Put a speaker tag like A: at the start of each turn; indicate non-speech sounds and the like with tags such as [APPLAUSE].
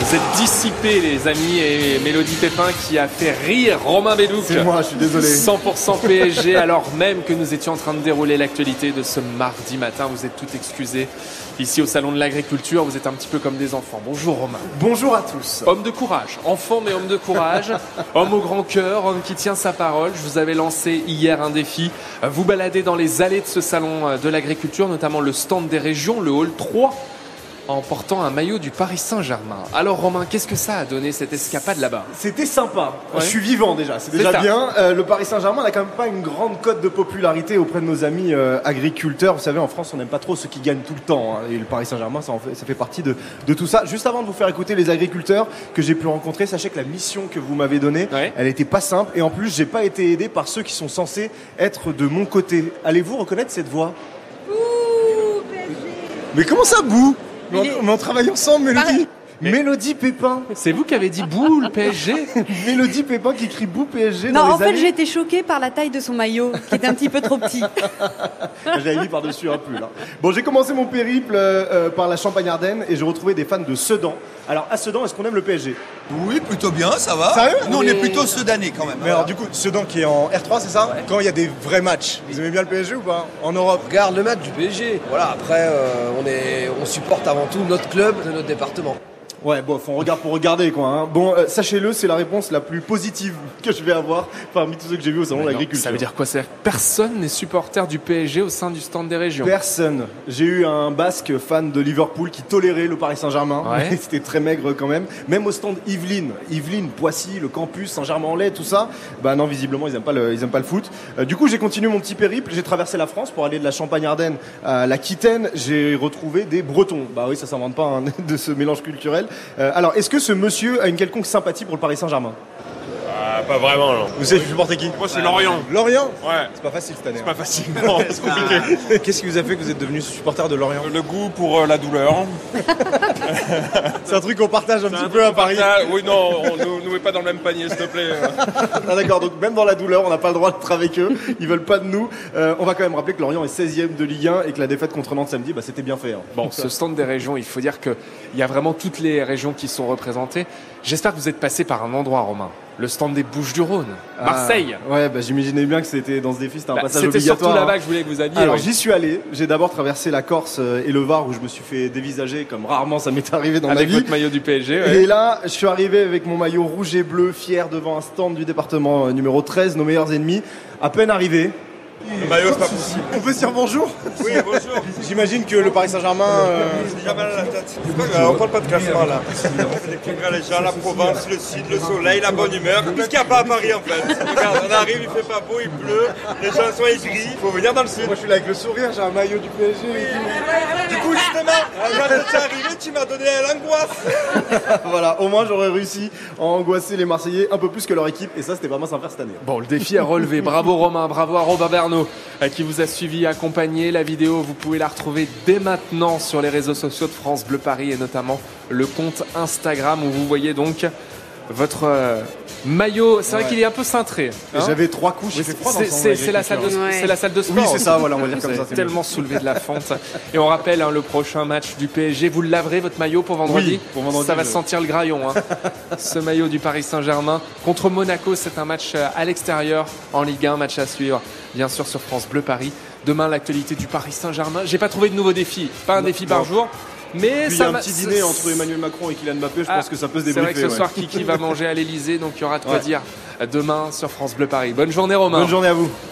A: Vous êtes dissipés, les amis, et Mélodie Pépin qui a fait rire Romain Bédouc.
B: C'est moi, je suis désolé.
A: 100%
B: [LAUGHS]
A: PSG, alors même que nous étions en train de dérouler l'actualité de ce mardi matin. Vous êtes tout excusés. Ici, au Salon de l'Agriculture, vous êtes un petit peu comme des enfants. Bonjour, Romain.
B: Bonjour à tous.
A: Homme de courage, enfant mais homme de courage, homme au grand cœur, homme qui tient sa parole. Je vous avais lancé hier un défi. Euh, Vous balader dans les allées de ce salon euh, de l'agriculture, notamment le stand des régions, le hall 3, en portant un maillot du Paris Saint-Germain. Alors Romain, qu'est-ce que ça a donné cette escapade là-bas
B: C'était sympa.
A: Ouais.
B: Je suis vivant déjà, c'est
A: C'est
B: déjà
A: ça.
B: bien. Euh, le Paris Saint-Germain n'a quand même pas une grande cote de popularité auprès de nos amis euh, agriculteurs. Vous savez, en France, on n'aime pas trop ceux qui gagnent tout le temps. hein. et le Paris Saint-Germain, ça, en fait, ça fait partie de, de tout ça. Juste avant de vous faire écouter les agriculteurs que j'ai pu rencontrer, sachez que la mission que vous m'avez donnée,
A: Ouais.
B: elle n'était pas simple. Et en plus, j'ai pas été aidé par ceux qui sont censés être de mon côté. Allez-vous reconnaître cette voix
C: Ouh, PSG
B: Mais comment ça, boue mais on,
C: Il est-
B: mais on travaille ensemble, Mélodie.
A: Mais-
B: Mélodie Pépin.
A: C'est vous qui avez dit boule
D: [LAUGHS]
A: PSG
B: Mélodie Pépin qui crie bou PSG
C: Non,
B: dans les
C: en fait,
B: allées.
C: j'ai été choquée par la taille de son maillot, qui était un petit peu trop petit.
B: Je l'avais mis par-dessus un pull. hein. Bon, j'ai commencé mon périple euh, euh, par la Champagne-Ardenne et j'ai retrouvé des fans de Sedan. Alors, à Sedan, est-ce qu'on aime le PSG
E: Oui, plutôt bien, ça va.
B: Sérieux
E: Nous, on
B: Oui.
E: est plutôt sedanés quand même.
D: Mais alors du coup, Sedan qui est en R3, c'est ça Quand il y a des vrais matchs, vous aimez bien le PSG ou pas En Europe
F: regarde le match du PSG. Voilà, après, euh, on, est, on supporte avant tout notre club de notre département.
B: Ouais, bof, on regarde pour regarder, quoi. hein. Bon, euh, sachez-le, c'est la réponse la plus positive que je vais avoir parmi tous ceux que j'ai vus au Salon de l'Agriculture.
A: Ça veut dire quoi C'est personne n'est supporter du PSG au sein du stand des régions.
B: Personne. J'ai eu un basque fan de Liverpool qui tolérait le Paris Saint-Germain.
A: Ouais.
B: mais [LAUGHS] C'était très maigre quand même. Même au stand Yvelines. Yvelines, Poissy, le campus, Saint-Germain-en-Laye, tout ça. Bah non, visiblement, ils n'aiment pas, le- ils aiment pas le foot. Euh, du coup, j'ai continué mon petit périple. J'ai traversé la France pour aller de la Champagne-Ardenne à l'Aquitaine. J'ai retrouvé des Bretons. Bah oui, ça s'invente pas hein, [LAUGHS] de ce mélange culturel. Euh, alors, est-ce que ce monsieur a une quelconque sympathie pour le Paris Saint-Germain
G: Ah, pas vraiment, non.
D: Vous savez supporter qui
G: Moi, c'est Lorient.
D: Lorient
G: Ouais,
D: C'est pas facile cette année.
G: pas
D: [LAUGHS]
G: facilement. c'est compliqué.
D: hein. Qu'est-ce qui vous a fait que vous êtes devenu supporter de Lorient Ah,
G: Le goût pour euh, la douleur.
D: C'est un truc qu'on partage un petit peu à Paris.
G: Ah, oui, non, on nous, nous met pas dans le même panier, s'il te plaît.
B: Ah, D'accord, donc même dans la douleur, on n'a pas le droit d'être avec eux, ils veulent pas de nous. Euh, on va quand même rappeler que Lorient est 16ème de Ligue 1 et que la défaite contre Nantes samedi, bah, c'était bien fait. hein.
A: Bon, ce stand des régions, il faut dire qu'il y a vraiment toutes les régions qui sont représentées. J'espère que vous êtes passé par un endroit, Romain. Le stand des Bouches-du-Rhône, Marseille.
B: Ah, ouais, bah, j'imaginais bien que c'était dans ce défi, c'était un
A: Bah,
B: passage
A: C'était surtout
B: obligatoire.
A: là-bas
B: hein.
A: que je voulais que vous alliez.
B: Alors
A: oui.
B: j'y suis allé, j'ai d'abord traversé la Corse euh, et le Var où je me suis fait dévisager comme rarement ça m'est arrivé dans
A: Avec
B: ma vie.
A: votre maillot du PSG. ouais.
B: Et là, je suis arrivé avec mon maillot rouge et bleu, fier devant un stand du département euh, numéro 13, nos meilleurs ennemis. À peine arrivé,
G: Le maillot, c'est pas possible.
D: On peut se dire bonjour
G: Oui, bonjour.
D: J'imagine que le Paris Saint-Germain... euh,
G: J'ai déjà mal à la tête. on parle pas de classement là. On fait des trucs à les gens, la Provence, le Sud, le soleil, la bonne humeur. Tout ce qu'il n'y a pas à Paris en fait. Regarde, on arrive, il fait pas beau, il pleut, les gens sont aigris. Faut venir dans le Sud.
D: Moi je suis là avec le sourire, j'ai un maillot du PSG.
G: Du coup, justement, quand tu es arrivé, tu m'as donné l'angoisse.
B: voilà, au moins j'aurais réussi à angoisser les Marseillais un peu plus que leur équipe et ça c'était vraiment sympa cette année. hein.
A: Bon, le défi est relevé. Bravo Romain, bravo à Robin Bernot euh, qui vous a suivi, accompagné. La vidéo, vous pouvez la retrouver dès maintenant sur les réseaux sociaux de France Bleu Paris et notamment le compte Instagram où vous voyez donc votre euh, maillot. C'est vrai qu'il est un peu cintré.
B: Et
A: hein.
B: J'avais trois couches, il
A: Oui,
B: fait
A: c'est-
B: froid dans
A: c'est-
B: le salon
A: C'est c'est la, salle de-
B: d'agriculture.
C: Ouais.
A: c'est la salle de sport.
B: Oui, c'est ça, voilà, on va dire comme
A: Vous
B: ça.
A: avez
B: c'est
A: tellement soulevé de la fente. Et on rappelle hein, le prochain match du PSG. Vous laverez votre maillot pour vendredi.
B: Oui, pour vendredi,
A: ça va
B: je-
A: sentir le
B: [LAUGHS]
A: graillon. hein. Ce maillot du Paris Saint-Germain contre Monaco, c'est un match euh, à l'extérieur en Ligue 1, match à suivre bien sûr sur France Bleu Paris. Demain l'actualité du Paris Saint-Germain. J'ai pas trouvé de nouveau défi, pas un défi par jour, mais
B: Puis il y
A: ça
B: a un
A: m'a-
B: petit
A: ça-
B: dîner entre Emmanuel Macron et Kylian Mbappé, je
A: Ah,
B: pense que ça peut se
A: C'est vrai
B: débriefer.
A: que ce
B: ouais.
A: soir Kiki va manger à l'Elysée, donc il y aura de quoi euh,
B: Ouais.
A: dire demain sur France Bleu Paris. Bonne journée Romain.
B: Bonne journée à vous.